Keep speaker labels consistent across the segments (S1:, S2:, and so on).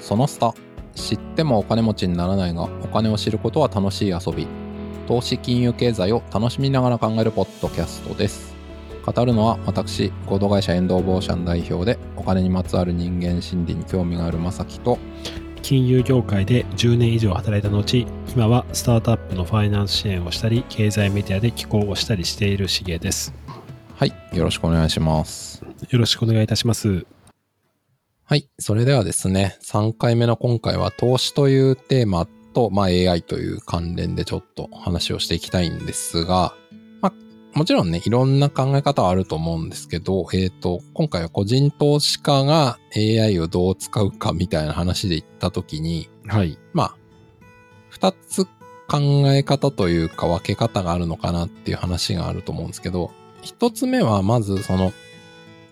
S1: その下知ってもお金持ちにならないがお金を知ることは楽しい遊び投資金融経済を楽しみながら考えるポッドキャストです語るのは私合同会社エンドーボーシャン代表でお金にまつわる人間心理に興味があるまさきと
S2: 金融業界で10年以上働いた後今はスタートアップのファイナンス支援をしたり経済メディアで寄稿をしたりしているしげです
S1: はいよろしくお願いします
S2: よろしくお願いいたします
S1: はいそれではですね3回目の今回は投資というテーマと、まあ、AI という関連でちょっと話をしていきたいんですが、まあ、もちろんね、いろんな考え方はあると思うんですけど、えっ、と、今回は個人投資家が AI をどう使うかみたいな話で言ったときに、
S2: はい
S1: まあ、二つ考え方というか分け方があるのかなっていう話があると思うんですけど、一つ目はまずその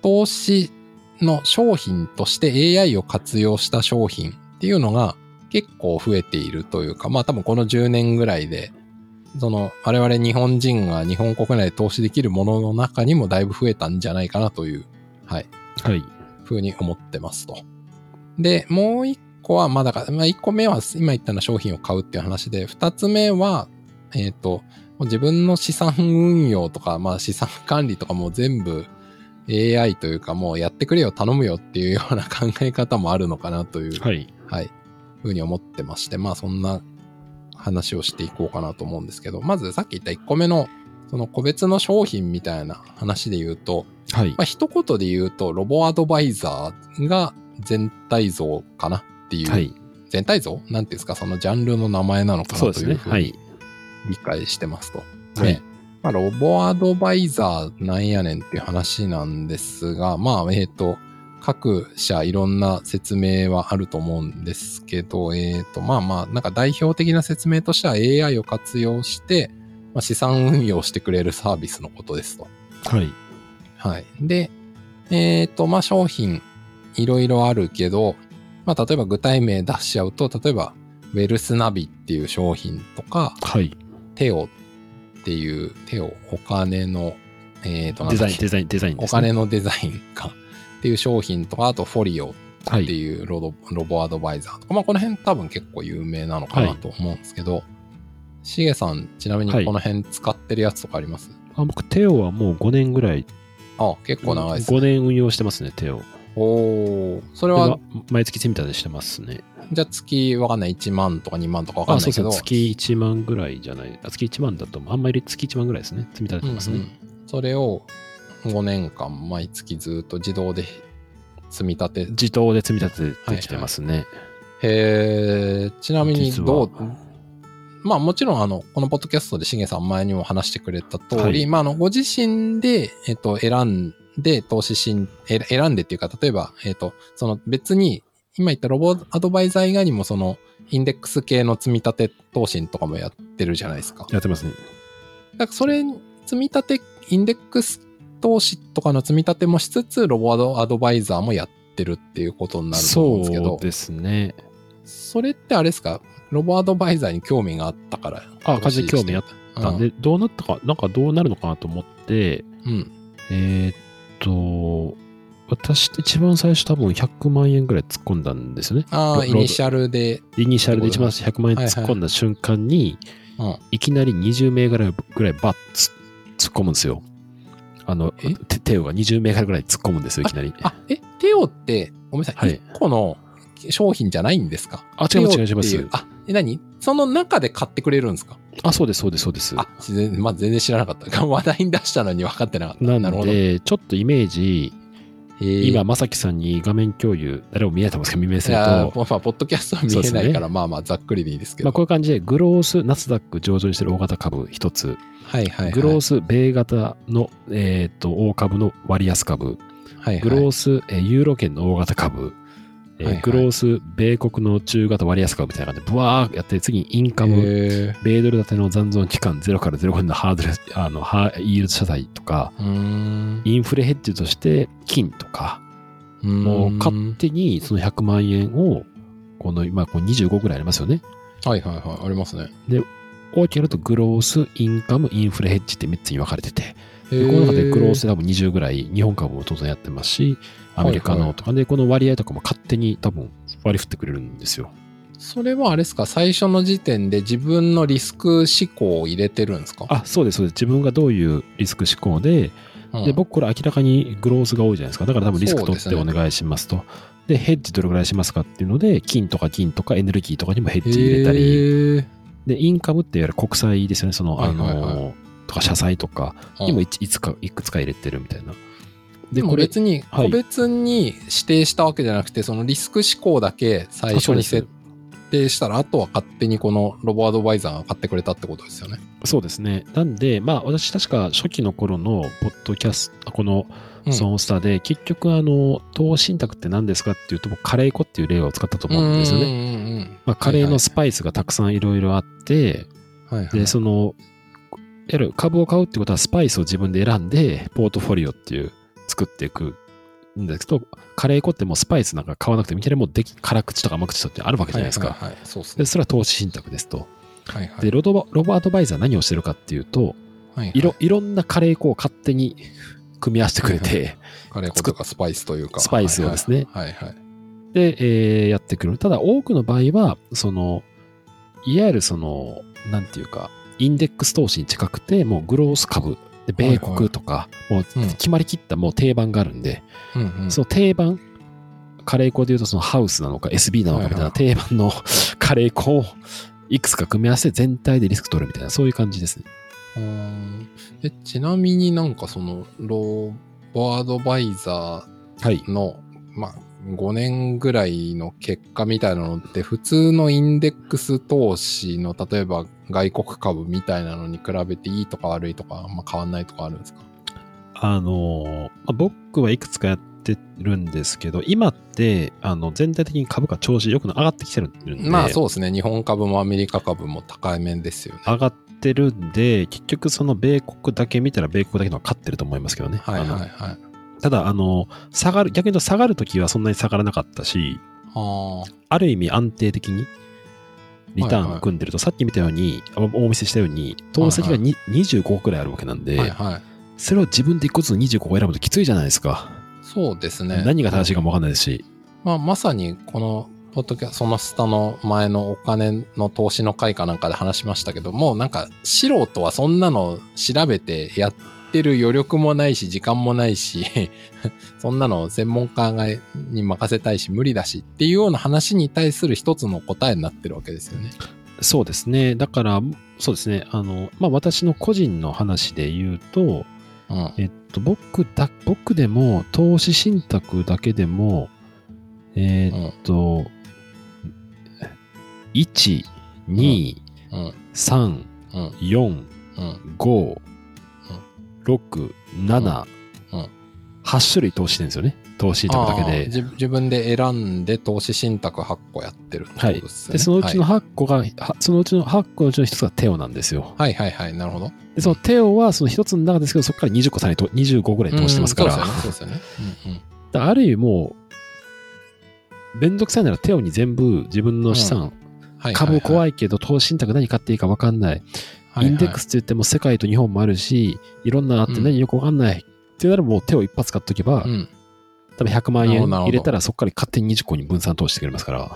S1: 投資の商品として AI を活用した商品っていうのが結構増えているというか、まあ多分この10年ぐらいで、その我々日本人が日本国内で投資できるものの中にもだいぶ増えたんじゃないかなという、はい、
S2: はい
S1: ふうに思ってますと。で、もう一個は、まあだから、まあ一個目は今言ったのは商品を買うっていう話で、二つ目は、えっ、と、もう自分の資産運用とか、まあ資産管理とかも全部 AI というかもうやってくれよ頼むよっていうような考え方もあるのかなという、
S2: はい
S1: はい、ふうに思ってまして、まあそんな話をしていこうかなと思うんですけど、まずさっき言った一個目のその個別の商品みたいな話で言うと、
S2: はい
S1: まあ、一言で言うと、ロボアドバイザーが全体像かなっていう、
S2: はい
S1: 全体像なんていうんですか、そのジャンルの名前なのか
S2: そう
S1: なと
S2: です
S1: い
S2: ね
S1: うふう
S2: は
S1: に
S2: い
S1: 理解してますと。
S2: はい
S1: ねまあ、ロボアドバイザーなんやねんっていう話なんですが、まあ、えっ、と、各社いろんな説明はあると思うんですけど、えっ、と、まあまあ、なんか代表的な説明としては AI を活用して、まあ、資産運用してくれるサービスのことですと。
S2: はい
S1: はい。で、えっ、と、まあ、商品、いろいろあるけど、まあ、例えば具体名出しちゃうと、例えば、ウェルスナビっていう商品とか、
S2: はい
S1: テオっていう、テオ、お金の、えっ、と、なん
S2: デ
S1: だ
S2: ザ
S1: っ
S2: イン
S1: け
S2: デザインデザインで
S1: お
S2: す、ね、
S1: 金のデザインかっていう商品とか、あと、フォリオ
S2: お金は
S1: って
S2: い
S1: いうロボロボアドバイザーとか、まあ、この辺多分結構有名なのかなと思うんですけど、しげさん、ちなみに
S2: はい
S1: この辺使ってるやつとかあります、
S2: あ僕テオはもう5年ぐらい
S1: あ、結構長いですね。
S2: 5年運用してますねテオ
S1: おーそれ
S2: で
S1: は
S2: ま毎月セミターでしてますね
S1: じゃあ月わかんない1万とか2万とかわかん
S2: あ
S1: な
S2: そう
S1: いけ
S2: です
S1: ど。
S2: ね月1万ぐらいじゃないあ月1万だとあんまり月1万ぐらいですね積み立ててますね、
S1: うんうんそれを5年間毎月ずっと自動で積み立て。
S2: 自動で積み立ててきてますね。
S1: へーちなみに
S2: 実は
S1: どう、まあもちろんあの、このポッドキャストでしげさん前にも話してくれた通り、
S2: はい
S1: まああの、ご自身で、えっと、選んで投資しん、え選んでっていうか、例えば、えっと、その別に、今言ったロボアドバイザー以外にもその、インデックス系の積み立て投資とかもやってるじゃないですか。
S2: やってますね。
S1: だからそれ、積み立て、インデックス投資とかの積み立てもしつつ、ロボアドアドバイザーもやってるっていうことになると思うんですけ
S2: そ
S1: ど
S2: う、ですね。
S1: それってあれですか、ロボアドバイザーに興味があったから。
S2: あ完全に興味あったなんで、どうなったか、なんかどうなるのかなと思って、
S1: うん。
S2: えーっと、私って一番最初多分100万円ぐらい突っ込んだんですよね。
S1: あ
S2: ロ
S1: あ、イニシャルで、
S2: イニシャルで一番最初100万円突っ込んだ瞬間に、
S1: うん。
S2: いきなり20名ぐらいぐらいバッつ突っ込むんですよ。あの、
S1: え
S2: てテオが20名ぐらい突っ込むんですよ、いきなり。
S1: あ、え、テオって、ごめんなさ
S2: はい
S1: い、一個の商品じゃないんですか
S2: あ違います
S1: テオって
S2: 違います
S1: うあ、え、何その中で買ってくれるんですか
S2: あ、そうです、そうです、そうです。
S1: あ、全然、まあ、全然知らなかった。 話題に出したのに分かってなかった。
S2: な
S1: る
S2: の
S1: ほど。
S2: で、ちょっとイメージ、
S1: えー
S2: 今、まさきさんに画面共有、誰も見えないと思うんですけど、見えす
S1: い
S2: る
S1: やー
S2: と、
S1: まあ、ポッドキャストは見
S2: そうで
S1: え
S2: すね
S1: ないから、まあまあ、ざっくりでいいですけ
S2: ま
S1: ど。
S2: あ、こういう感じで、グロース、ナスダック上場にしてる大型株一つ、
S1: はいはいはい。
S2: グロース、米型の、えーっと大株の割安株、
S1: はいはい
S2: グロース、えーユーロ圏の大型株、えー
S1: はいはい
S2: グロース、米国の中型割安株みたいな感じで、ブワーやって、次にインカム、
S1: へー
S2: 米ドル建ての残存期間0から0分のハードル、あの、ハイールド社債とか、
S1: うーん。
S2: インフレヘッジとして金とか、もう勝
S1: っ
S2: 手にその100万円を、この今こう25ぐらいありますよね。
S1: はいはいはい。ありますね。
S2: 大きくやるとグロース、インカム、インフレヘッジって3つに分かれてて、
S1: で
S2: でこの中でクロースで多分20ぐらい日本株も当然やってますし、アメリカのとかで、この割合とかも勝手に多分割り振ってくれるんですよ。
S1: それはあれですか最初の時点で自分のリスク思考を入れてるんですか
S2: あ、そうです、そうです。自分がどういうリスク志向で、
S1: うん
S2: で、僕これ明らかにグロースが多いじゃないですか。だから多分リスク取っ
S1: そう
S2: て
S1: です
S2: お
S1: ね
S2: 願いしますと。で、ヘッジどれぐらいしますかっていうので、金とか銀とかエネルギーとかにもヘッジ入れたり、
S1: へー
S2: で、インカムっていわゆる国債ですよね。その、あの、
S1: はいはい
S2: とか社債とか
S1: うん
S2: にもいついつか、いくつか入れてるみたいな。
S1: で
S2: で、
S1: も
S2: これ、
S1: 別に
S2: は
S1: 個
S2: い
S1: 別に指定したわけじゃなくて、そのリスク思考だけ最初に設定したら、あとは勝手にこのロボアドバイザーが買ってくれたってことですよね。
S2: そうですね。なんで、まあ、私、確か初期の頃のポッドキャスト、この
S1: うん
S2: ソーンスターで、結局、あの、投資信託って何ですかっていうと、僕カレー粉っていう例を使ったと思うんですよね。
S1: ね
S2: まあ、カレーのスパイスがたくさんいろいろあって、
S1: はいはい
S2: で、その、いわゆる株を買うってことは、スパイスを自分で選んで、ポートフォリオっていう、作っていくんですけど、カレー粉ってもうスパイスなんか買わなくても、いきなりもうでき、辛口とか甘口とかってあるわけじゃないです
S1: は
S2: か。
S1: いはいはいそうです
S2: で、
S1: ね。
S2: それは投資信託ですと。
S1: はいはい
S2: で、ロドバロボアドバイザー何をしてるかっていうと、
S1: はいはい
S2: いろいろんなカレー粉を勝手に組み合わせてくれて、
S1: カレー粉とかスパイスというか。
S2: スパイスをですね
S1: はいはい。はいはい
S2: で、えーやってくる。ただ、多くの場合は、その、いわゆるその、なんていうか、インデックス投資に近くて、もうグロース株、で米
S1: はいは
S2: 国
S1: い
S2: とか、もう
S1: うん
S2: 決まりきったもう定番があるんで、
S1: うんうん
S2: その定番、カレー粉でいうとそのハウスなのか SB なのかみたいな
S1: は
S2: 定番の カレー粉をいくつか組み合わせて全体でリスク取るみたいな、そういう感じですね。
S1: うーんえちなみになんかそのロボアドバイザ
S2: はい。
S1: ーの、まあ、5年ぐらいの結果みたいなのって普通のインデックス投資の例えば外国株みたいなのに比べていいとか悪いとかあんま変わんないとかあるんですか
S2: あのーまあ僕はいくつかやってるんですけど、今って、あの、全体的に株価調子よくな上がってきてるんで、
S1: まあそうですね日本株もアメリカ株も高い面ですよね。
S2: 上がってるんで、結局その米国だけ見たら米国だけの方が勝ってると思いますけどね。
S1: はいはい
S2: あ
S1: は
S2: の
S1: い。あ
S2: ただ、あの、下がる、逆に言うと下がるときはそんなに下がらなかったし、
S1: あ
S2: ある意味安定的にリタ
S1: はい
S2: ー
S1: は
S2: ン
S1: い
S2: 組んでると、さっき見たように、あお見せしたように、投資先がに、25くらいあるわけなんで、
S1: はいはい。
S2: それを自分で一個ずつ25を選ぶときついじゃないですか。
S1: そうですね。
S2: 何が正しいかもわかんないですし。
S1: まあ、まさにこのポッドキャその下の前のお金の投資の回かなんかで話しましたけどもうなんか素人はそんなの調べてやってる余力もないし時間もないし そんなの専門家がに任せたいし無理だしっていうような話に対する一つの答えになってるわけですよね。
S2: そうですね。だから、そうですね。あの、まあ、私の個人の話で言うと、
S1: うん、
S2: えっと、僕だ、僕でも、投資信託だけでも、えーっと、1、2、
S1: うん、
S2: 3、
S1: うん、
S2: 4、
S1: うん。
S2: 5、6、7、
S1: うん
S2: 8種類投資してるんですよね。投資信託だけ
S1: あー
S2: で。
S1: 自自分で選んで投資信託8個やってるってことですよね
S2: で、そのうちの
S1: はい
S2: 8個が、はそのうちの8個のうちの1つがテオなんですよ。
S1: はいはいはい、なるほど。
S2: で、そのテオはその一つの中ですけど、そこから20個さらにと25ぐらい通してますから、
S1: うんそうですよね。そうですよね。
S2: だからある意味もう、めんどくさいならテオに全部自分の資産、
S1: うんうんはいはいはい
S2: 株怖いけど、投資信託何買っていいか分かんない。
S1: はいはい
S2: インデックスって言っても世界と日本もあるし、いろんなのあって
S1: うん
S2: 何よく分かんない。ってならもう手を一発買っとけば、
S1: うん、
S2: 多分100万
S1: なる
S2: 円
S1: ほどなるほど
S2: 入れたらそこから勝手に20個に分散投資してくれますから。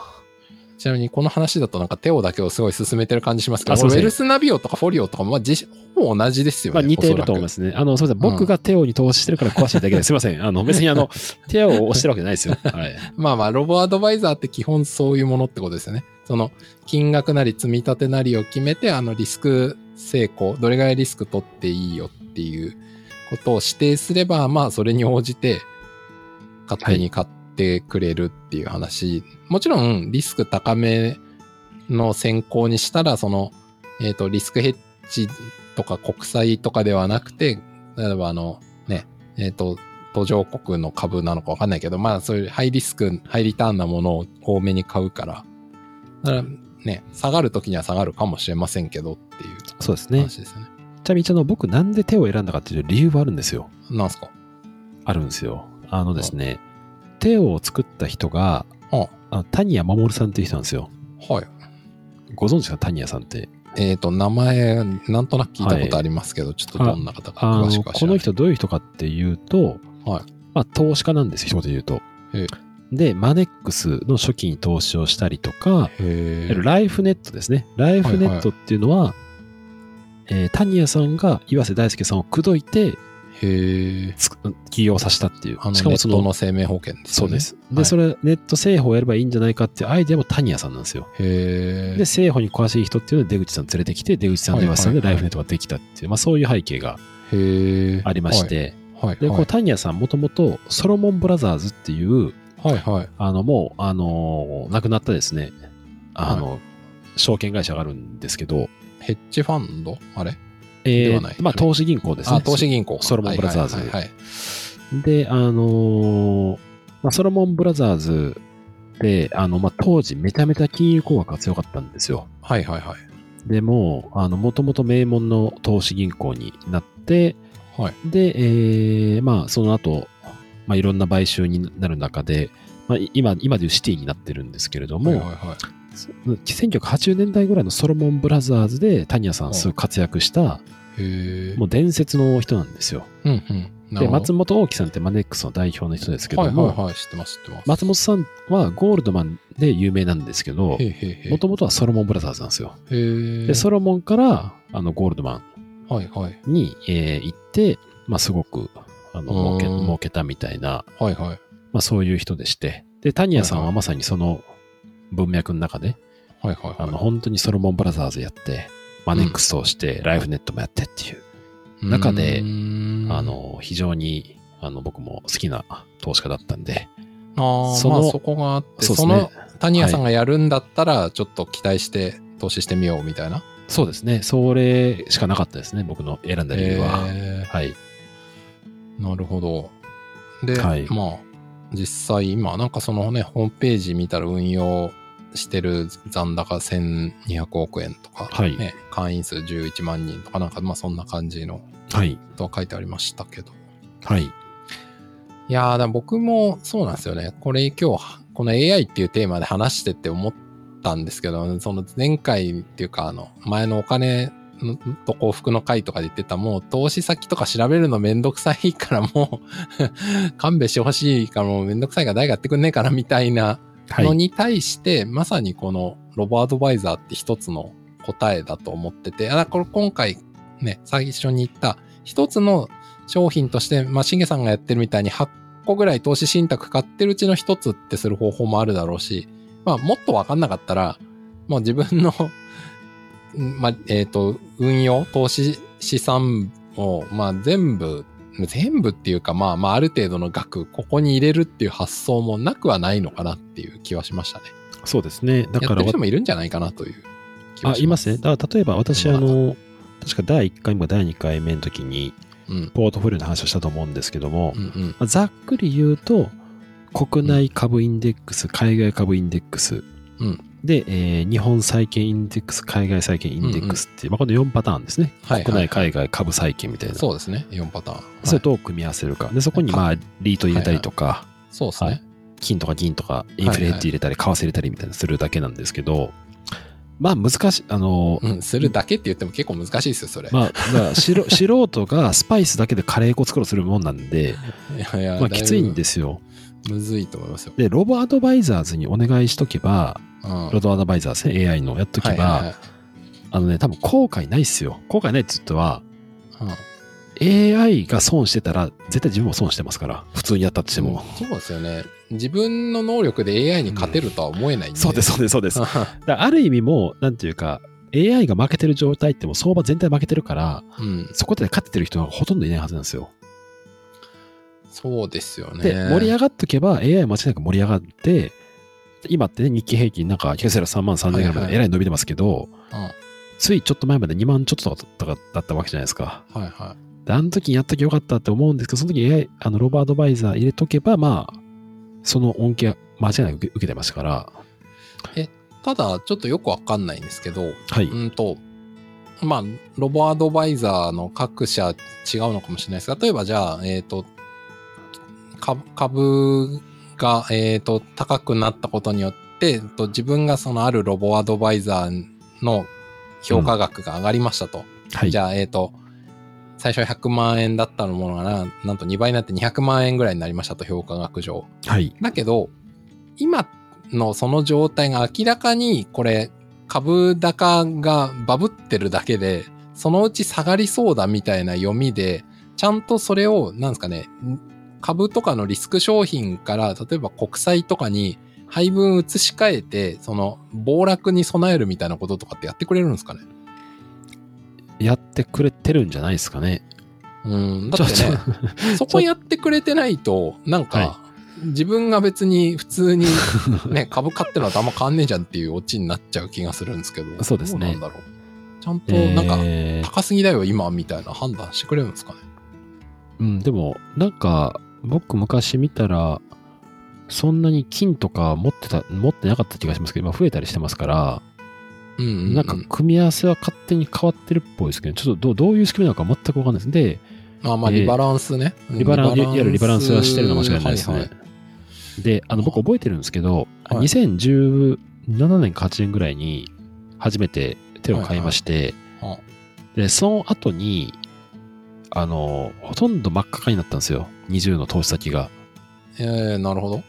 S1: ちなみにこの話だとなんかテオだけをすごい進めてる感じしますけ
S2: あ
S1: ど、
S2: そう
S1: こ
S2: で
S1: れ
S2: すね
S1: ウェルスナビオとかフォリオとかもまあ実ほぼ同じですよね。。
S2: まあ似ていると思いますすね。あの、すみません。僕がテオに投資してるから詳しいだけです。すいません。あの、別 にあの、テオを押してるわけじゃないですよ。はい。
S1: まあまあ、ロボアドバイザーって基本そういうものってことですよね。その金額なり積み立てなりを決めて、あのリスク成功、どれぐらいリスク取っていいよっていうことを指定すれば、まあそれに応じて勝手に買ってくれるっていう話。もちろんリスク高めの選考にしたら、その、えっ、と、リスクヘッジとか国債とかではなくて、例えばあの、ね、えっ、と、途上国の株なのかわかんないけど、まあそういうハイリスク、ハイリターンなものを多めに買うから、だからね、下がるときには下がるかもしれませんけどっていう
S2: そうですね。
S1: 話ですね。
S2: ちなみに、あの、僕なんで手を選んだかっていう理由はあるんですよ。
S1: なんすか
S2: あるんですよ。あのですね、手を作った人が、
S1: あ
S2: あの谷谷守さんっていう人なんですよ。
S1: はい。
S2: ご存知ですか、谷谷さんって。
S1: えっ、と、名前、なんとなく聞いたことありますけど、ちょっとどんな方か
S2: あ
S1: 詳し
S2: の
S1: くは
S2: こ
S1: 知ら
S2: の
S1: ない。
S2: 人どういう人かっていうと、
S1: はい
S2: まあ、投資家なんですよ一言で言うと
S1: え。
S2: でマネックスの初期に投資をしたりとか
S1: へー
S2: ライフネットですねライフネットっていうのは、えータニアさんが岩瀬大輔さんを口説いて
S1: へえ。
S2: つく起業させたっていう
S1: あの、
S2: し
S1: し
S2: か
S1: か
S2: も
S1: も
S2: そ
S1: そ
S2: の
S1: の生命保険です
S2: そ
S1: よ
S2: う
S1: ね。
S2: です、
S1: は
S2: で
S1: い
S2: それネット製法をやればいいんじゃないかっていうアイデアもタニアさんなんですよ
S1: へ
S2: で
S1: え。
S2: 製法に詳しい人っていうので出口さん連れてきて出口さんと岩瀬さんで
S1: はいは
S2: ラ
S1: い
S2: イ
S1: はい
S2: フネットができたっていう、まあ、そういう背景が
S1: へえ。
S2: ありまして、
S1: はい。
S2: で、
S1: は
S2: こ
S1: い。
S2: うタニアさんもともとソロモンブラザーズっていう
S1: はい。はい。
S2: あのもうあのー亡くなったですねあの、証券会社があるんですけど、
S1: ヘッジファンドあれ
S2: え
S1: ではない
S2: ーまあ、投資銀行ですね
S1: あ、投資銀行か。
S2: ソロモンブラザーズ
S1: はいはいはいはい。
S2: であのーまあ、ソロモンブラザーズであの、まあ、当時めちゃめちゃ金融工学が強かったんですよ
S1: はいはいはい。
S2: でもうあのもともと名門の投資銀行になって
S1: はい。
S2: で、えーまあ、その後、まあ、いろんな買収になる中で、まあ、い今、今でいうシティになってるんですけれども、
S1: はいはいはい。
S2: そ1980年代ぐらいのソロモンブラザーズで、タニアさ
S1: うんん
S2: すごい活躍した、
S1: へえ。
S2: もう伝説の人なんですよ。
S1: うんうん。な
S2: で、
S1: るほ
S2: 松
S1: ど
S2: 本大樹さんってマネックスの代表の人ですけ
S1: は
S2: ど
S1: い
S2: も、
S1: はいはい。知ってます、知ってます。
S2: 松本さんはゴールドマンで有名なんですけど
S1: へ、えへえへ
S2: もともとはソロモンブラザーズなんですよ。
S1: え。へえ。
S2: で、ソロモンからあのゴールドマン
S1: はいはい。
S2: に、えー行って、まあ、すごくあの儲け
S1: うん
S2: 儲けたみたいな
S1: はいはい。
S2: まあ、そういう人でして。で、タニアさん
S1: はい
S2: は
S1: はい
S2: まさにその文脈の中で、
S1: はいはい。
S2: あの、本当にソロモンブラザーズやって、マネックスをして、ライフネットもやってっていう、
S1: の
S2: 中で、あ
S1: あ、
S2: の、非常に、あの、僕も好きな投資家だったんで、
S1: あ
S2: そ
S1: そ
S2: の
S1: まあ、そこがあって、
S2: そう
S1: そ
S2: ですね
S1: の、タニアさんがやるんだったら、ちょっと期待して投資してみようみたいな。
S2: そうですね、それしかなかったですね、僕の選んだ理由は。
S1: え
S2: はい。
S1: ーなるほど。で、
S2: はい
S1: まあ、実際今、なんかそのね、ホームページ見たら運用してる残高1200億円とか、
S2: はい
S1: ね、会員数11万人とか、なんかまあそんな感じの
S2: はい。
S1: とは書いてありましたけど。
S2: はい。
S1: いやー、でも僕もそうなんですよね。これ今日、この AI っていうテーマで話してって思ったんですけど、その前回っていうか、あの、前のお金のと幸福の会とかで言ってた、もう投資先とか調べるのめんどくさいからもう 勘弁してほしいからもうめんどくさいから誰がやってくんねえかなみたいな
S2: はい。
S1: のに対して、まさにこのロボアドバイザーって一つの答えだと思ってて、あこれ今回ね、最初に言った一つの商品として、まあ、しげさんがやってるみたいに8個ぐらい投資信託買ってるうちの一つってする方法もあるだろうし、まあ、もっとわかんなかったら、もう自分の、 うんまあ、えっ、と、運用、投資資産を、まあ、全部、全部っていうか、まあまあ、ある程度の額、ここに入れるっていう発想もなくはないのかなっていう気はしましたね。
S2: そうですね。
S1: や
S2: だか
S1: って
S2: ら
S1: る、人もいるんじゃないかなという気は
S2: あ、
S1: し
S2: い
S1: ま。
S2: ますすね。だから、例えば私、
S1: 世
S2: あ
S1: の中
S2: の、確か第1回目か第2回目の時に、
S1: うん。
S2: ポートフォリオの話をしたと思うんですけども、
S1: うんうん。
S2: まあざっくり言うと、国内株インデックス、海外株インデックス、
S1: うん
S2: で、えー日本債券インデックス、海外債券インデックスっていう、まあ、この4パターンですね。
S1: はいはい
S2: 国内、海外、株債券みたいな。
S1: そうですね。4パターン。
S2: それを
S1: はい
S2: どう組み合わせるか。で、そこに、まあ、リート入れたりとか、
S1: そうですね。
S2: はい金とか銀とか、インフレヘッジ入れたり、為替入れたりみたいなのするだけなんですけど、まあ、難しい、あの、
S1: うん、するだけって言っても結構難しいですよ、それ。
S2: まあ、だから素人素人がスパイスだけでカレー粉作ろうとするもんな んで、
S1: いやいや。
S2: まあ、きついんですすよ。
S1: むずいと思いますよ。
S2: で、ロボアドバイザーズにお願いしとけば、
S1: うん。
S2: ロドアドバイザーですね、AI のやっとけば、
S1: はい
S2: あのね、多分後悔ないっすよ。後悔ないっつうとは、
S1: はいはいうん
S2: AI が損してたら、絶対自分も損してますから、普通にやったとしても。
S1: そうですよね。自分の能力で AI に勝てるとは思えないんで。
S2: そうです、そうです、そうです。だからある意味もう、なんていうか、AI が負けてる状態ってもう相場全体負けてるから、
S1: うん。
S2: そこで勝ってる人はほとんどいないはずなんですよ。
S1: そうですよね。
S2: で、盛り上がっとけば AI 間違いなく盛り上がって、今ってね、日経平均なんか、キャセラ3万3000円ぐらいまでえらい伸びてますけど、ついちょっと前まで2万ちょっととかだっただったわけじゃないですか。
S1: うん。はいは
S2: であの時にやっときゃよかったって思うんですけど、その時 AI、あの、ロバートバイザー入れとけば、まあ、その恩恵は間違いなく受け受けてましたから、
S1: い。ただ、ちょっとよくわかんないんですけど、
S2: はい。
S1: うんと、まあ、ロボアドバイザーの各社違うのかもしれないですが、例えばじゃあ、えっ、と、株株が、えっ、と、高くなったことによって、えっと自分がそのあるロボアドバイザーの評価額が上がりましたと。
S2: はい。
S1: じ
S2: ゃ
S1: ゃあ、えっ、と、最初100万円だったものがな、なんと2倍になって200万円ぐらいになりましたと、評価額上。
S2: はい。
S1: だけど、今のその状態が明らかに、これ、株高がバブってるだけで、そのうち下がりそうだみたいな読みで、ちゃんとそれを、なんですかね、株とかのリスク商品から、例えば国債とかに配分移し替えて、その暴落に備えるみたいなこととかってやってくれるんですかね
S2: やってくれてるんじゃないですかね。
S1: うん、だって
S2: ちょ
S1: ね
S2: っ、と
S1: そこやってくれてないと、なんか、
S2: は
S1: 自分が別に普通 に、ね、株価ってのはあんま変わんねえじゃんっていうオチになっちゃう気がするんですけど、
S2: そうですね
S1: どなんだろう。ちゃんと、なんか、
S2: えー
S1: 高すぎだよ、今、みたいな判断してくれるんですかね。
S2: うん、でも、なんか、僕昔見たら、そんなに金とか持ってた、持ってなかった気がしますけど、今増えたりしてますから、
S1: うんうん、うん。
S2: なんか組み合わせは勝手に変わってるっぽいですけど、ちょっとどうどういう仕組みなのか全くわかんないです。で、
S1: まあまあ、
S2: えー
S1: リバランスね。うん
S2: リバランス、いわゆるリバランスはしてるのは間違いないですね。
S1: はいはい
S2: で、あの、僕覚えてるんですけど、
S1: はい
S2: 2017年か8年ぐらいに、初めて手を買いまして、
S1: は
S2: で、その後に、あの、ほとんど真っ赤かになったんですよ。20の投資先が。
S1: えー、なるほど。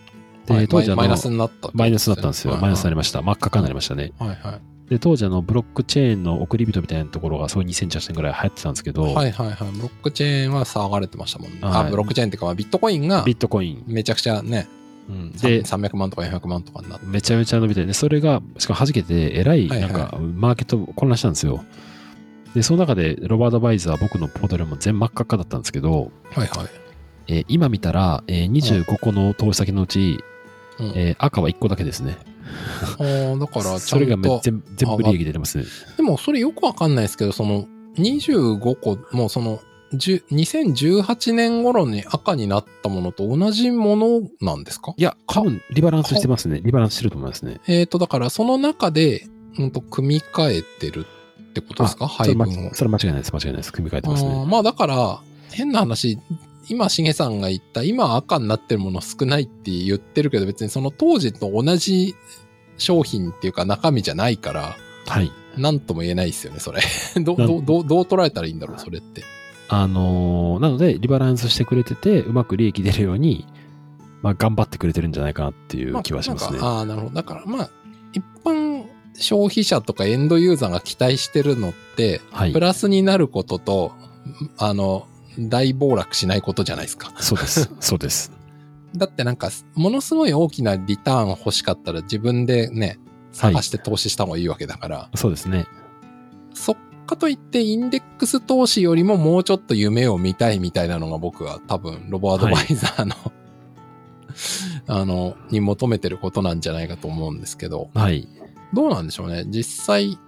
S2: で
S1: はい
S2: 当時あの
S1: マイナスになったってことね。
S2: マイナスだったんですよ。マイナスになり
S1: ま
S2: ました。真っ赤かになりましたね。
S1: す。はいはい。
S2: で、当時あの、ブロックチェーンの送り人みたいなところが、そう2008年ぐらい流行ってたんですけど、
S1: はいはいはい。ブロックチェーンは騒がれてましたもんね。
S2: はい
S1: あ、ブロックチェーンっていうか、まあビットコインが
S2: ビットコイン。
S1: めちゃくちゃね、
S2: うん
S1: で
S2: で、
S1: 300万とか400万とかになって。
S2: めちゃめちゃ伸びて、ね、それが、しかも弾けて、えらい、
S1: はい
S2: な
S1: はい
S2: んか、マーケット混乱したんですよ。で、その中で、ロバート・バイザー、僕のポートレも全真っ赤っかだったんですけど、
S1: はいはい。
S2: えー今見たら、えー25個の投資先のうち、
S1: うん
S2: えー赤は1個だけですね。
S1: あーだからち
S2: それ
S1: ゃ
S2: が
S1: ん
S2: め
S1: と。
S2: 全全部利益出てますね。
S1: でもそれよくわかんないですけど、その25個、もうその10 2018年頃に赤になったものと同じものなんですか
S2: いや、多分リバランスしてますね。リバランスしてると思いますね。
S1: えっ、と、だからその中で、うんと、組み替えてるってことですか
S2: それ
S1: 配
S2: ま
S1: 分を。
S2: それ間違いないです。間違いないです。組み替えてます
S1: あー
S2: ね。
S1: まあだから、変な話、今、しげさんが言った、今赤になってるもの少ないって言ってるけど、別にその当時と同じ商品っていうか中身じゃないから、
S2: はい。
S1: なんとも言えないですよね、 それ。ど、
S2: なん
S1: ど、ど、どう捉えたらいいんだろう、それって。
S2: あのーなので、リバランスしてくれてて、うまく利益出るように、まあ、頑張ってくれてるんじゃないかなっていう気はしますね。
S1: ああー、なるほど。だから、まあ、一般消費者とかエンドユーザーが期待してるのって、
S2: はい
S1: プ。ラスになることと、あの、大暴落しないことじゃないですか。
S2: そうです。そうです。
S1: だってなんか、ものすごい大きなリターン欲しかったら自分でね、
S2: は い
S1: 探して投資した方がいいわけだから、
S2: そうですね。
S1: そっかといってインデックス投資よりももうちょっと夢を見たいみたいなのが僕は多分ロバート・バイザーの、 あの、に求めてることなんじゃないかと思うんですけど、
S2: はい。
S1: どうなんでしょうね。実際、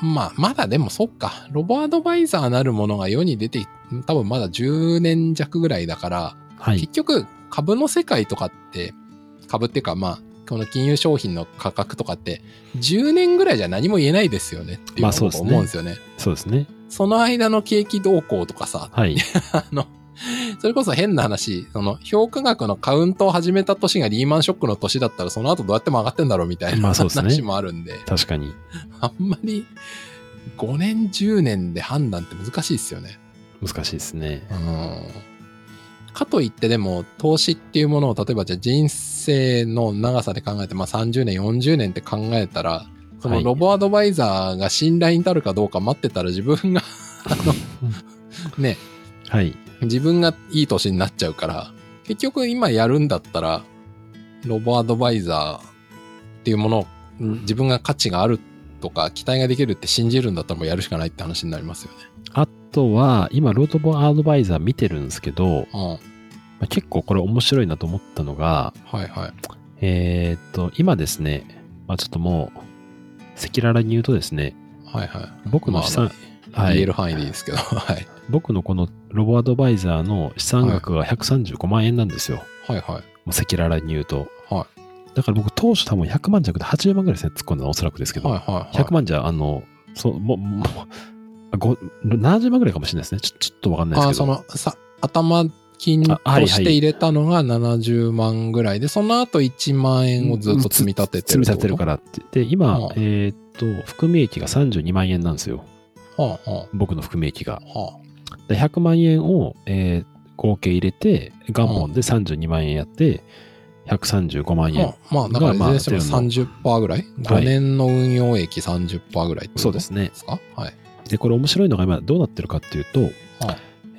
S1: まあ、まだでもそっか、ロバート・バイザーなるものが世に出て、多分まだ10年弱ぐらいだから、
S2: はい。
S1: 結局株の世界とかって株っていうかまあこの金融商品の価格とかって10年ぐらいじゃ何も言えないですよねっていうの
S2: まあそう
S1: を
S2: ですね
S1: 思うんですよね。
S2: そうですね。
S1: その間の景気動向とかさ、
S2: はい。
S1: あの、それこそ変な話、その評価額のカウントを始めた年がリーマンショックの年だったらその後どうやっても上がってんだろうみたい
S2: ま
S1: な
S2: あそうですね
S1: 話もあるんで、
S2: 確かに。
S1: あんまり5年10年で判断って難しいですよね。
S2: 難しいですね。
S1: うんかといってでも投資っていうものを例えばじゃあ人生の長さで考えて、まあ、30年40年って考えたらそ
S2: は
S1: の
S2: い
S1: ロボアドバイザーが信頼に至るかどうか待ってたら自分がね
S2: はい。
S1: 自分がいい年になっちゃうから結局今やるんだったらロボアドバイザーっていうものを自分が価値があるとか期待ができるって信じるんだったらもうやるしかないって話になりますよね。
S2: あとは、今、ロードボアドバイザー見てるんですけど、
S1: うん、
S2: まあ結構これ面白いなと思ったのが、
S1: はいはい。
S2: えーっと、今ですね、まあ、ちょっともう、赤裸々に言うとですね、
S1: はいはい。
S2: 僕の資産、はい
S1: 言える範囲でいいですけど、 はい。
S2: 僕のこのロボアドバイザーの資産額が135万円なんですよ。
S1: はいはい。
S2: もう赤裸々に言うと。
S1: は
S2: だから僕当初多分100万弱で80万ぐらいですね、突っ込んだのおそらくですけど、
S1: はいはい、はい。
S2: 100万じゃ、あの、そう、もう、もうあご70万ぐらいかもしれないですね。ちょちょっとわかんないです
S1: あ
S2: け
S1: あ、
S2: ど。
S1: その、さ、頭金と
S2: あはいはい
S1: して入れたのが70万ぐらいで、その後1万円をずっと積み立ててる。
S2: 積み立ててるかららって。で、今、
S1: うん
S2: えーっと、含み益が32万円なんですよ。
S1: はあ、は
S2: 僕の含み益が。
S1: あ、は
S2: で100万円を、えー合計入れて、元本で32万円やって、135万
S1: あ。
S2: 円。
S1: はあ、まあ、だから、いず
S2: まあ
S1: れにしても
S2: まあ
S1: 30%ぐらい、五
S2: はい
S1: 年の運用益30%ぐらいってこと
S2: そうですね
S1: で。すかはい。
S2: で、これ面白いのが今どうなってるかっていうと、
S1: はい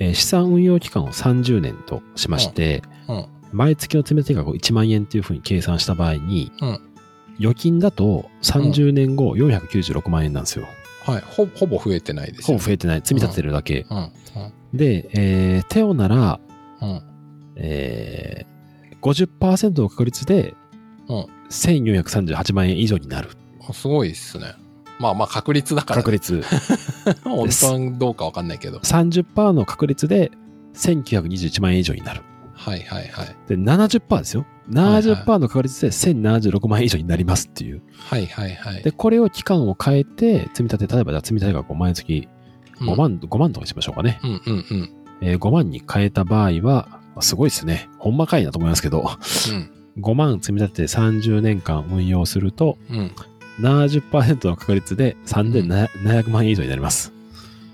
S2: えー資産運用期間を30年としまして、
S1: うん。
S2: 毎月の積立額を1万円というふうに計算した場合に、
S1: うん
S2: 預金だと30年後496万円なんですよ。
S1: はい。ほほぼ増えてないです
S2: ほ
S1: よ
S2: ぼ
S1: ね。
S2: 増えてない。積み立ててるだけ。
S1: うん。
S2: で、えーテオなら、
S1: うん。うん。
S2: えー、50%の確率で、
S1: うん
S2: 1438万円以上になる
S1: あすごいっすね。まあまあ確率だから、
S2: 確率
S1: 本当にどうかわかんないけど。
S2: 30%の確率で1921万円以上になる
S1: はいはいはい。
S2: で70%ですよ70%の確率で1076万円以上になりますっていう
S1: はいはいはい。
S2: でこれを期間を変えて積み立て例えばじゃあ積み立て額を毎月
S1: うん、
S2: 5万、5万とかにしましょうかね、
S1: うんうんうん。
S2: えー5万に変えた場合はあすごいですねほんまかいなと思いますけど5万積み立てて30年間運用すると
S1: うんうん。
S2: 70%の確率で3700万円以上になります。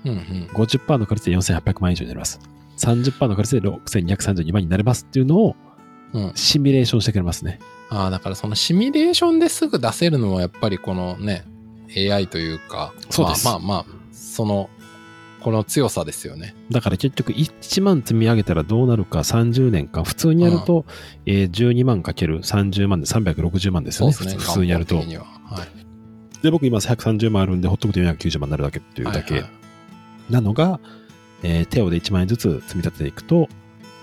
S1: うんうん。
S2: 50%の確率で4800万円以上になります。30%の確率で6232万円になりますっていうのを
S1: うん、
S2: シミュレーションしてくれますね。
S1: ああだからそのシミュレーションですぐ出せるのはやっぱりこのね AI というか
S2: そうです
S1: まあまあ、まあ、そのこの強さですよね
S2: だから結局1万積み上げたらどうなるか30年間。普通にやると、えー12万かける30万で360万ですよね。普通普通にやる
S1: 根
S2: と
S1: 本的。にははい
S2: で、僕今130万あるんで、ほっとくと490万になるだけっていうだけ。
S1: はいはい
S2: なのが、えー、テオで1万円ずつ積み立てていくと、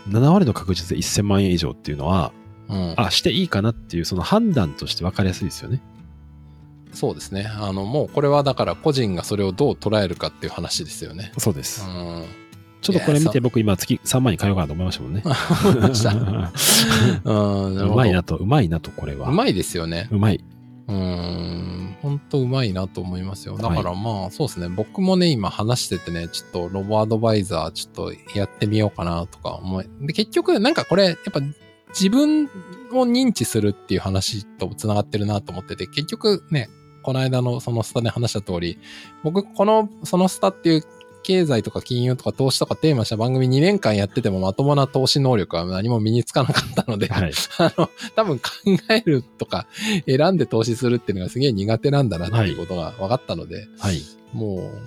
S2: 7割の確率で1000万円以上っていうのは、
S1: うん、
S2: あ、していいかなっていう、その判断として分かりやすいですよね。
S1: そうですねあのもうこれはだから個人がそれをどう捉えるかっていう話ですよね
S2: そうで
S1: う
S2: す。
S1: ん
S2: ちょっとこれ見
S1: いやそ
S2: て、僕今月3万に変えようかなと思いました もんね。
S1: 思いましたうんなるほ
S2: う
S1: ど
S2: まいなと、うまいなと、これは。
S1: うまいですよね
S2: うまい。
S1: うん本当うまいなと思いますよだからまあそうですね、僕もね今話しててねちょっとロボアドバイザーちょっとやってみようかなとか思いで結局なんかこれやっぱ自分を認知するっていう話とつながってるなと思ってて結局ねこの間のそのスタで話した通り僕このそのスタっていう経済とか金融とか投資とかテーマにした番組2年間やっててもまともな投資能力は何も身につかなかったので、
S2: はい。
S1: あの、多分考えるとか、選んで投資するっていうのがすげえ苦手なんだなっていうことが分かったので、
S2: はい。
S1: もう、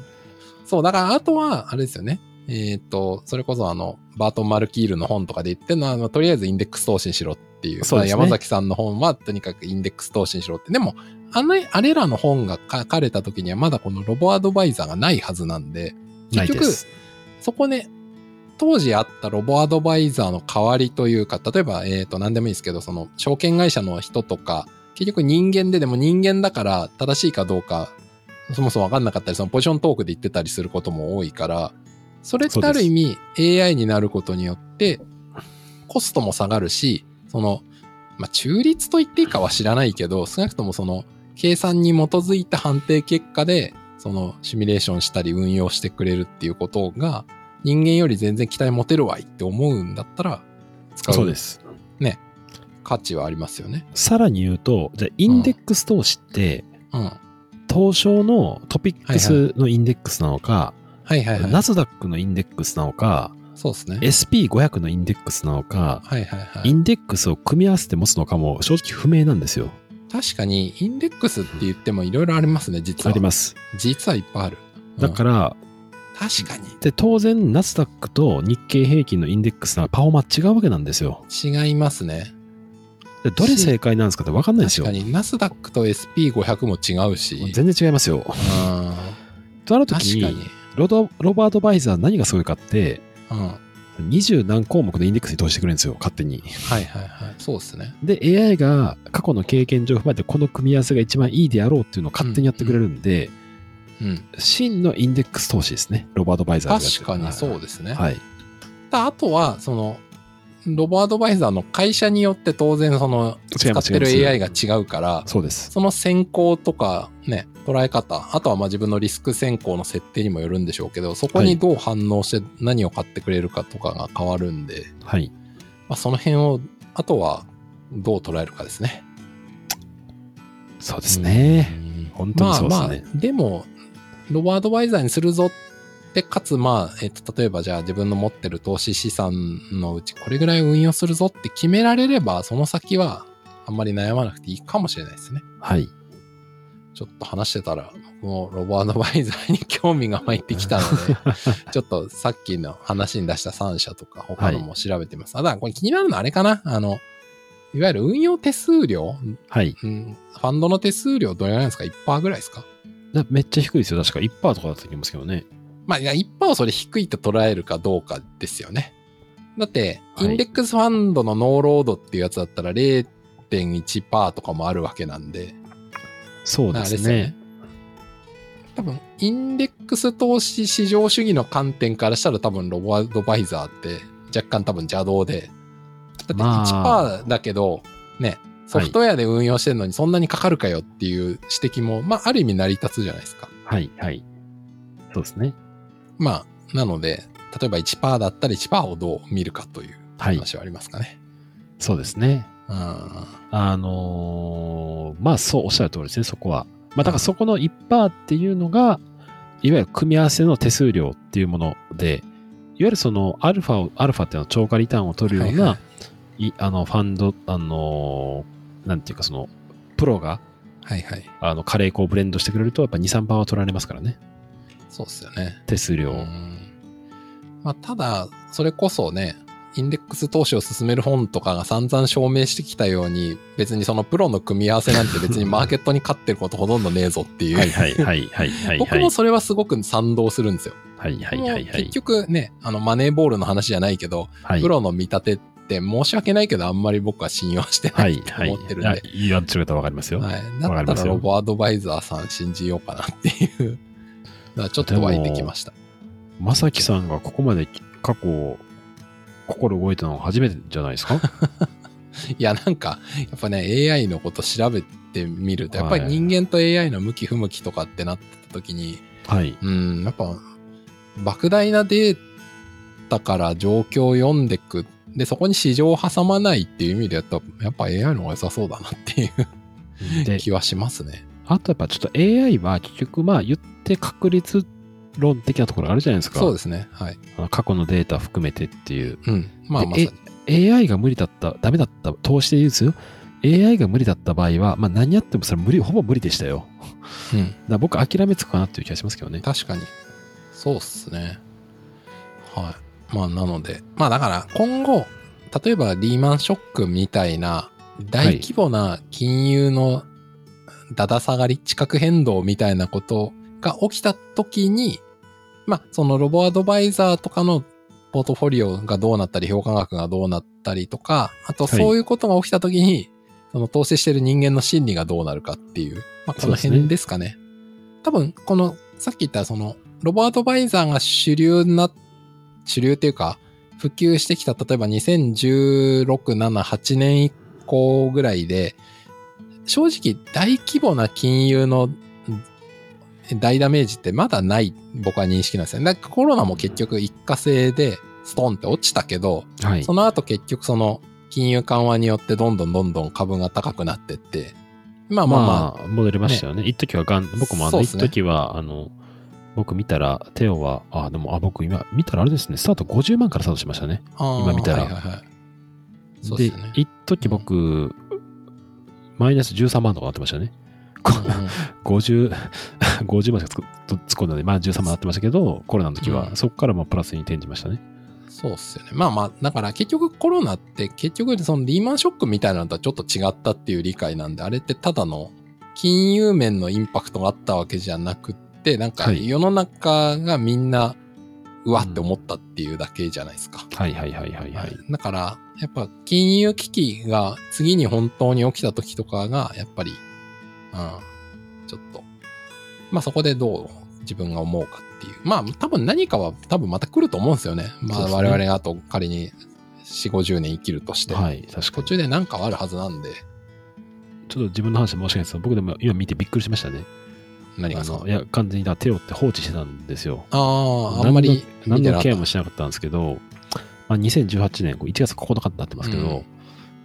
S1: そう、だからあとは、あれですよね。えっ、と、それこそあの、バートン・マルキールの本とかで言ってるのは、あのとりあえずインデックス投資にしろっていう。
S2: そうですね
S1: 山崎さんの本は、とにかくインデックス投資にしろって。でも、あの、あれらの本が書かれた時には、まだこのロボアドバイザーがないはずなんで、
S2: な い
S1: 結
S2: で
S1: 局、
S2: す。
S1: そこね、当時あったロボアドバイザーの代わりというか、例えば、えっ、と、何でもいいですけど、その、証券会社の人とか、結局人間ででも人間だから正しいかどうか、そもそも分かんなかったり、そのポジショントークで言ってたりすることも多いから、それってある意味 AI になることによって、コストも下がるし、その、まあ、中立と言っていいかは知らないけど、少なくともその、計算に基づいた判定結果で、そのシミュレーションしたり運用してくれるっていうことが、人間より全然期待持てるわいって思うんだったら、使
S2: そうで
S1: う
S2: す。
S1: 価値はありますよね。
S2: さらに言うと、じゃあインデックス投資って、
S1: うん。は
S2: 東証のトピックスのインデックスなのか、
S1: いはいはい。
S2: ナスダックのインデックスなのか、
S1: そうですね。
S2: SP500 のインデックスなのか、
S1: はいはいは
S2: イ
S1: い。
S2: ンデックスを組み合わせて持つのかも正直不明なんですよ。
S1: 確かに、インデックスって言ってもいろいろありますね、実は。
S2: あります。
S1: 実はいっぱいある。、
S2: だからら、
S1: 確かに。
S2: で当然、ナスダックと日経平均のインデックスならパフォーマー違うわけなんですよ。
S1: 違いますね。
S2: でどれ正解なんですかって分かんないです
S1: 確
S2: よ
S1: か。に、ナスダックと SP500 も違うし。
S2: 全然違いますよ。
S1: うん
S2: となるとき
S1: 確か
S2: に
S1: に。
S2: ロド、ロバート・バイザー何がすごいかって、
S1: うん。は
S2: 20何項目のインデックスに投資してくれるんですよ、勝手に。
S1: いはいはい。そうですね。
S2: で、AI が過去の経験上踏まえて、この組み合わせが一番いいであろうっていうのを勝手にやってくれるんで、
S1: うん。
S2: 真のインデックス投資ですね、ロバート・バイザーがやって
S1: 確
S2: る
S1: かにそう
S2: は
S1: ですね。
S2: いはい。
S1: ただあとは、その、ロボアドバイザーの会社によって当然その
S2: 違
S1: 使
S2: いま
S1: っ
S2: す
S1: てる
S2: 違います
S1: AI が違うから、
S2: そうです。
S1: その選考とかね、捉え方、あとはまあ自分のリスク選考の設定にもよるんでしょうけど、そこ
S2: はい
S1: にどう反応して何を買ってくれるかとかが変わるんで、
S2: はい。
S1: まあ、その辺を、あとはどう捉えるかですね。
S2: そうですね。
S1: うん。
S2: 本当に
S1: まあ
S2: そうです
S1: まあ
S2: ね。、
S1: でも、ロボアドバイザーにするぞって、かつまあ、えっと、例えばじゃあ自分の持ってる投資資産のうちこれぐらい運用するぞって決められれば、その先はあんまり悩まなくていいかもしれないですね。
S2: はい。
S1: ちょっと話してたら、僕もロボアドバイザーに興味が湧いてきたの で、ちょっとさっきの話に出した3社とか他のも調べてます。あ、だからこれ気になるのあれかなあの、いわゆる運用手数料、
S2: はい。
S1: うん、ファンドの手数料どれぐらいなんですか ?1% ぐらいですか
S2: だめっちゃ低いですよ。確か1%とかだったと思いますけどね。
S1: まあ、いや一般をそれ低いと捉えるかどうかですよね。だって、
S2: は
S1: イ
S2: い
S1: ンデックスファンドのノーロードっていうやつだったら0.1%とかもあるわけなんで、
S2: そ
S1: ま
S2: う
S1: あ
S2: で
S1: あれ
S2: す
S1: ですよね
S2: ね。
S1: 多分、インデックス投資市場主義の観点からしたら多分ロボアドバイザーって若干多分邪道で、だって
S2: まあ
S1: 1%だけど、ね、ソフトウェアで運用してるのにそんなにかかるかよっていう指摘も、まあ、ある意味成り立つじゃないですか。
S2: はい、はい。そうですね。
S1: まあ、なので、例えば1%だったり1%をどう見るかという
S2: はい。
S1: 話はありますかね。
S2: そうですね。
S1: うん
S2: あのーまあそうおっしゃる通りですね、そこは。まあだからそこの1%っていうのが、いわゆる組み合わせの手数料っていうもので、いわゆるそのアルファを、アルファっていうのは超過リターンを取るような、、
S1: はいはい
S2: あの、ファンド、あのーなんていうかその、プロが、
S1: はいはい。
S2: あの、カレー粉をブレンドしてくれると、やっぱ2、3%は取られますからね、
S1: そうっすよね。
S2: 手数
S1: う
S2: 料を。
S1: んまあ、ただ、それこそね、インデックス投資を進める本とかが散々証明してきたように、別にそのプロの組み合わせなんて別にマーケットに勝ってることほとんどねえぞっていう。
S2: はいはいはいはいはいはい。
S1: 僕もそれはすごく賛同するんですよ。
S2: はいはいはい
S1: もう
S2: はい
S1: 結。局ね、あのマネーボールの話じゃないけど、
S2: はい
S1: プロの見立てって申し訳ないけど、あんまり僕は信用して
S2: は
S1: ないいと
S2: はい。
S1: 思ってるんで。
S2: いや言わんとる方わかりますよ。
S1: はい。
S2: わか
S1: だ
S2: り
S1: っ
S2: ま
S1: た
S2: す
S1: ら
S2: よ
S1: ロボアドバイザーさん信じようかなっていう のはちょっと湧いてきました。
S2: まさきさんがここまで過去、心動いたのは初めてじゃないですか
S1: いや、なんか、やっぱね、AI のこと調べてみると、やっぱり
S2: はい
S1: 人間と AI の向き不向きとかってなってた時に、
S2: はい。
S1: うん、やっぱ、莫大なデータから状況を読んでく。で、そこに市場を挟まないっていう意味でやったら、やっぱ AI の方が良さそうだなっていう
S2: で、
S1: 気はしますね。
S2: あとやっぱちょっと AI は結局まあ言って確率論的なところあるじゃないですか。
S1: そうですね。はい。
S2: あの過去のデータ含めてっていう。
S1: うん。まあ
S2: で
S1: まさに。
S2: AI が無理だった、ダメだった、投資で言うとよ AI が無理だった場合は、まあ何やってもそれ無理、ほぼ無理でしたよ。だか
S1: うん。
S2: ら僕諦めつくかなっていう気がしますけどね。
S1: 確かに。そうっすね。はい。まあ、なので、まあだから今後、例えばリーマンショックみたいな大規模な金融のだだ下がり、地殻変動みたいなことが起きた時に、まあそのロボアドバイザーとかのポートフォリオがどうなったり、評価額がどうなったりとか、あと
S2: はい
S1: そういうことが起きた時に、その投資してる人間の心理がどうなるかっていう、まあこの辺ですかね。多分、この、さっき言ったその、ロボアドバイザーが主流にな、主流っていうか、普及してきた、例えば2016、7、8年以降ぐらいで、正直大規模な金融のうん大ダメージってまだない、僕は認識なんですよね。なんかコロナも結局一過性で、ストンって落ちたけど、
S2: はい
S1: そ。の後結局その、金融緩和によってどんどんどんどん株が高くなってって、まあまあまあ、
S2: まあ、戻りましたよね。一時はガン、僕もあ
S1: そ
S2: の、
S1: うっ
S2: 一
S1: すね
S2: 時は、あの、僕見たら、テオは、あ、でも、あ、僕今、見たらあれですね、スタート50万からスタートしましたね。
S1: あー
S2: 今見たら
S1: はいはいはい、そうですよね。
S2: 一時僕、マイナス13万とかなってましたね。こ
S1: うんうん
S2: 50、50万しか突っ突っ込んだので、まあ13万なってましたけど、コロナの時は、
S1: うん
S2: そこからまあプラスに転じましたね。
S1: そうっすよね。まあまあ、だから結局コロナって結局そのリーマンショックみたいなのとはちょっと違ったっていう理解なんで、あれってただの金融面のインパクトがあったわけじゃなくって、なんか
S2: はい
S1: 世の中がみんなうわって思ったっていうだけじゃないですか。
S2: はいはいはいはいはい。
S1: だから、やっぱ金融危機が次に本当に起きた時とかが、やっぱり、うん、ちょっと、まあそこでどう自分が思うかっていう。まあ多分何かは多分また来ると思うんですよね。ま
S2: そう
S1: あ
S2: ですね
S1: 我々があと仮に4、50年生きるとして。
S2: はい、確か
S1: 途中
S2: に。
S1: で何かはあるはずなんで、
S2: ちょっと自分の話申し訳ないですけど、僕でも今見てびっくりしましたね。
S1: 何が
S2: あ
S1: そ
S2: の
S1: う
S2: い。や、完全にだからテオって放置してたんですよ。
S1: ああ、あんまり
S2: 何
S1: 見
S2: の
S1: て
S2: 何
S1: なか
S2: の
S1: っ
S2: ケア
S1: た
S2: もしなかったんですけど、まあ、2018年こう1月9日になってますけど、
S1: うん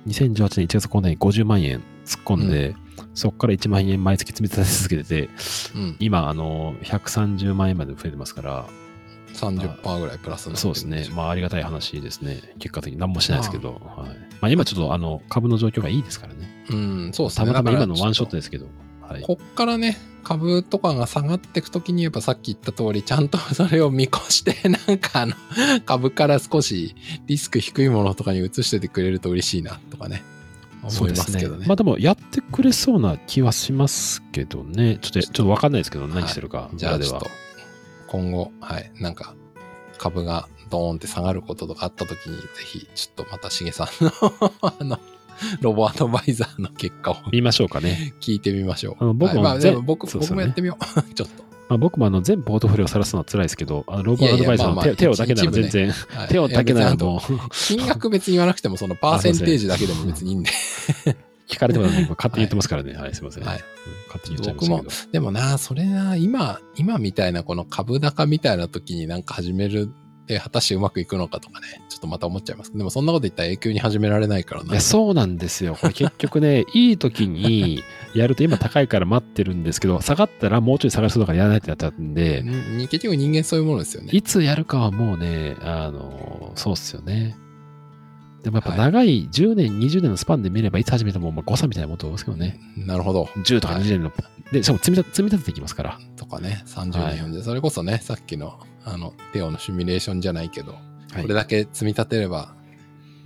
S2: 2018年1月9日に50万円突っ込んで、そこから1万円毎月積み立て続けてて、
S1: うん。
S2: 今、あの、130万円まで増えてますから、
S1: 30%ぐらいプラスになって
S2: そう
S1: るん
S2: ですね。まあ、ありがたい話ですね。結果的に何もしないですけど、はい。まあ、今ちょっと、あの、株の状況がいいですからね。
S1: うん、そうです
S2: た
S1: ね。
S2: またま
S1: だか
S2: 今
S1: ら
S2: のワンショットですけど、はい。
S1: こっからね、株とかが下がっていくときに、やっぱさっき言った通り、ちゃんとそれを見越して、 なんかあの、株から少しリスク低いものとかに移しててくれると嬉しいなとかね、思いますけどね。
S2: まあでも、やってくれそうな気はしますけどね。ちょっと、ちょっとわかんないですけど、何してるか。
S1: じゃあ
S2: 裏で
S1: ちょっ
S2: は
S1: と。、今後、はい、なんか、株がドーンって下がることとかあったときに、ぜひ、ちょっとまたしげさんの、 あの、ロボアドバイザーの結果を
S2: 見ましょうかね。
S1: 聞いてみましょ
S2: あ
S1: う。
S2: の僕
S1: はい
S2: も
S1: まあ、
S2: ぜ
S1: でも僕
S2: そうで
S1: 僕
S2: すよ
S1: も
S2: ね
S1: やってみよう。ちょっと。
S2: まあ、僕もあの全ポートフォリオを晒すのは辛いですけど、あのローバーアドバイザーの
S1: いやいやまあまあ
S2: 手手をだけなら 全然、
S1: はい
S2: 手をだけならもう、
S1: 金額別に言わなくても、そのパーセンテージだけでも別にいいんで。
S2: 聞かれてもらうのに今勝手に言ってますからね。はい、すいませ ん。
S1: はい
S2: 勝手に言っちゃいましたけど。
S1: でもな、それな、今、今みたいなこの株高みたいな時になんか始めるって果たしてうまくいくのかとかね、ちょっとまた思っちゃいます。でもそんなこと言ったら永久に始められないから
S2: い
S1: な
S2: や。そうなんですよ。これ結局ね、 いい時にやると今高いから待ってるんですけど、下がったらもうちょい下がりそうだからやらないってなっちゃうんで、
S1: に結局人間そういうものですよね。
S2: いつやるかはもうね、あの、そうっすよね。でもやっぱ
S1: はい
S2: 長い10年、20年のスパンで見れば、いつ始めてももう誤差みたいなもんと思うんですけどね。
S1: なるほど。
S2: 10とか
S1: はい
S2: 20年の、で、しかも積み立て積み立てていきますから。
S1: とかね、30
S2: はい
S1: 年、40年。それこそね、さっきの、あの、テオのシミュレーションじゃないけど、
S2: はい
S1: これだけ積み立てれば、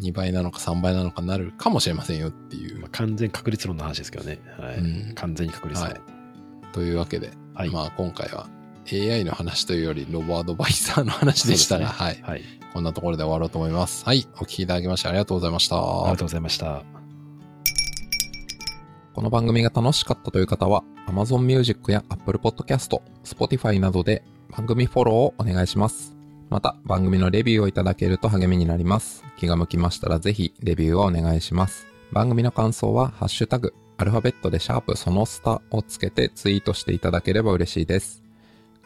S1: 2倍なのか3倍なのかなるかもしれませんよっていう
S2: まあ、。完全確率論の話ですけどね。はい。
S1: うん
S2: 完全に確率論。
S1: はいというわけで、
S2: はい。
S1: まあ今回は AI の話というよりロボアドバイザーの話でしたが、
S2: そう
S1: はい。
S2: はい。
S1: こんなところで終わろうと思います。はい。お聞きいただきましてありがとうございました。
S2: ありがとうございました。
S1: この番組が楽しかったという方は、Amazon Music や Apple Podcast、Spotify などで番組フォローをお願いします。また、番組のレビューをいただけると励みになります。気が向きましたらぜひ、レビューをお願いします。番組の感想は、ハッシュタグ、アルファベットでシャープそのスタをつけてツイートしていただければ嬉しいです。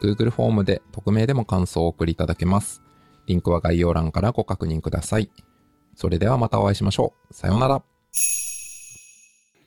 S1: Google フォームで匿名でも感想をお送りいただけます。リンクは概要欄からご確認ください。それではまたお会いしましょう。さようなら。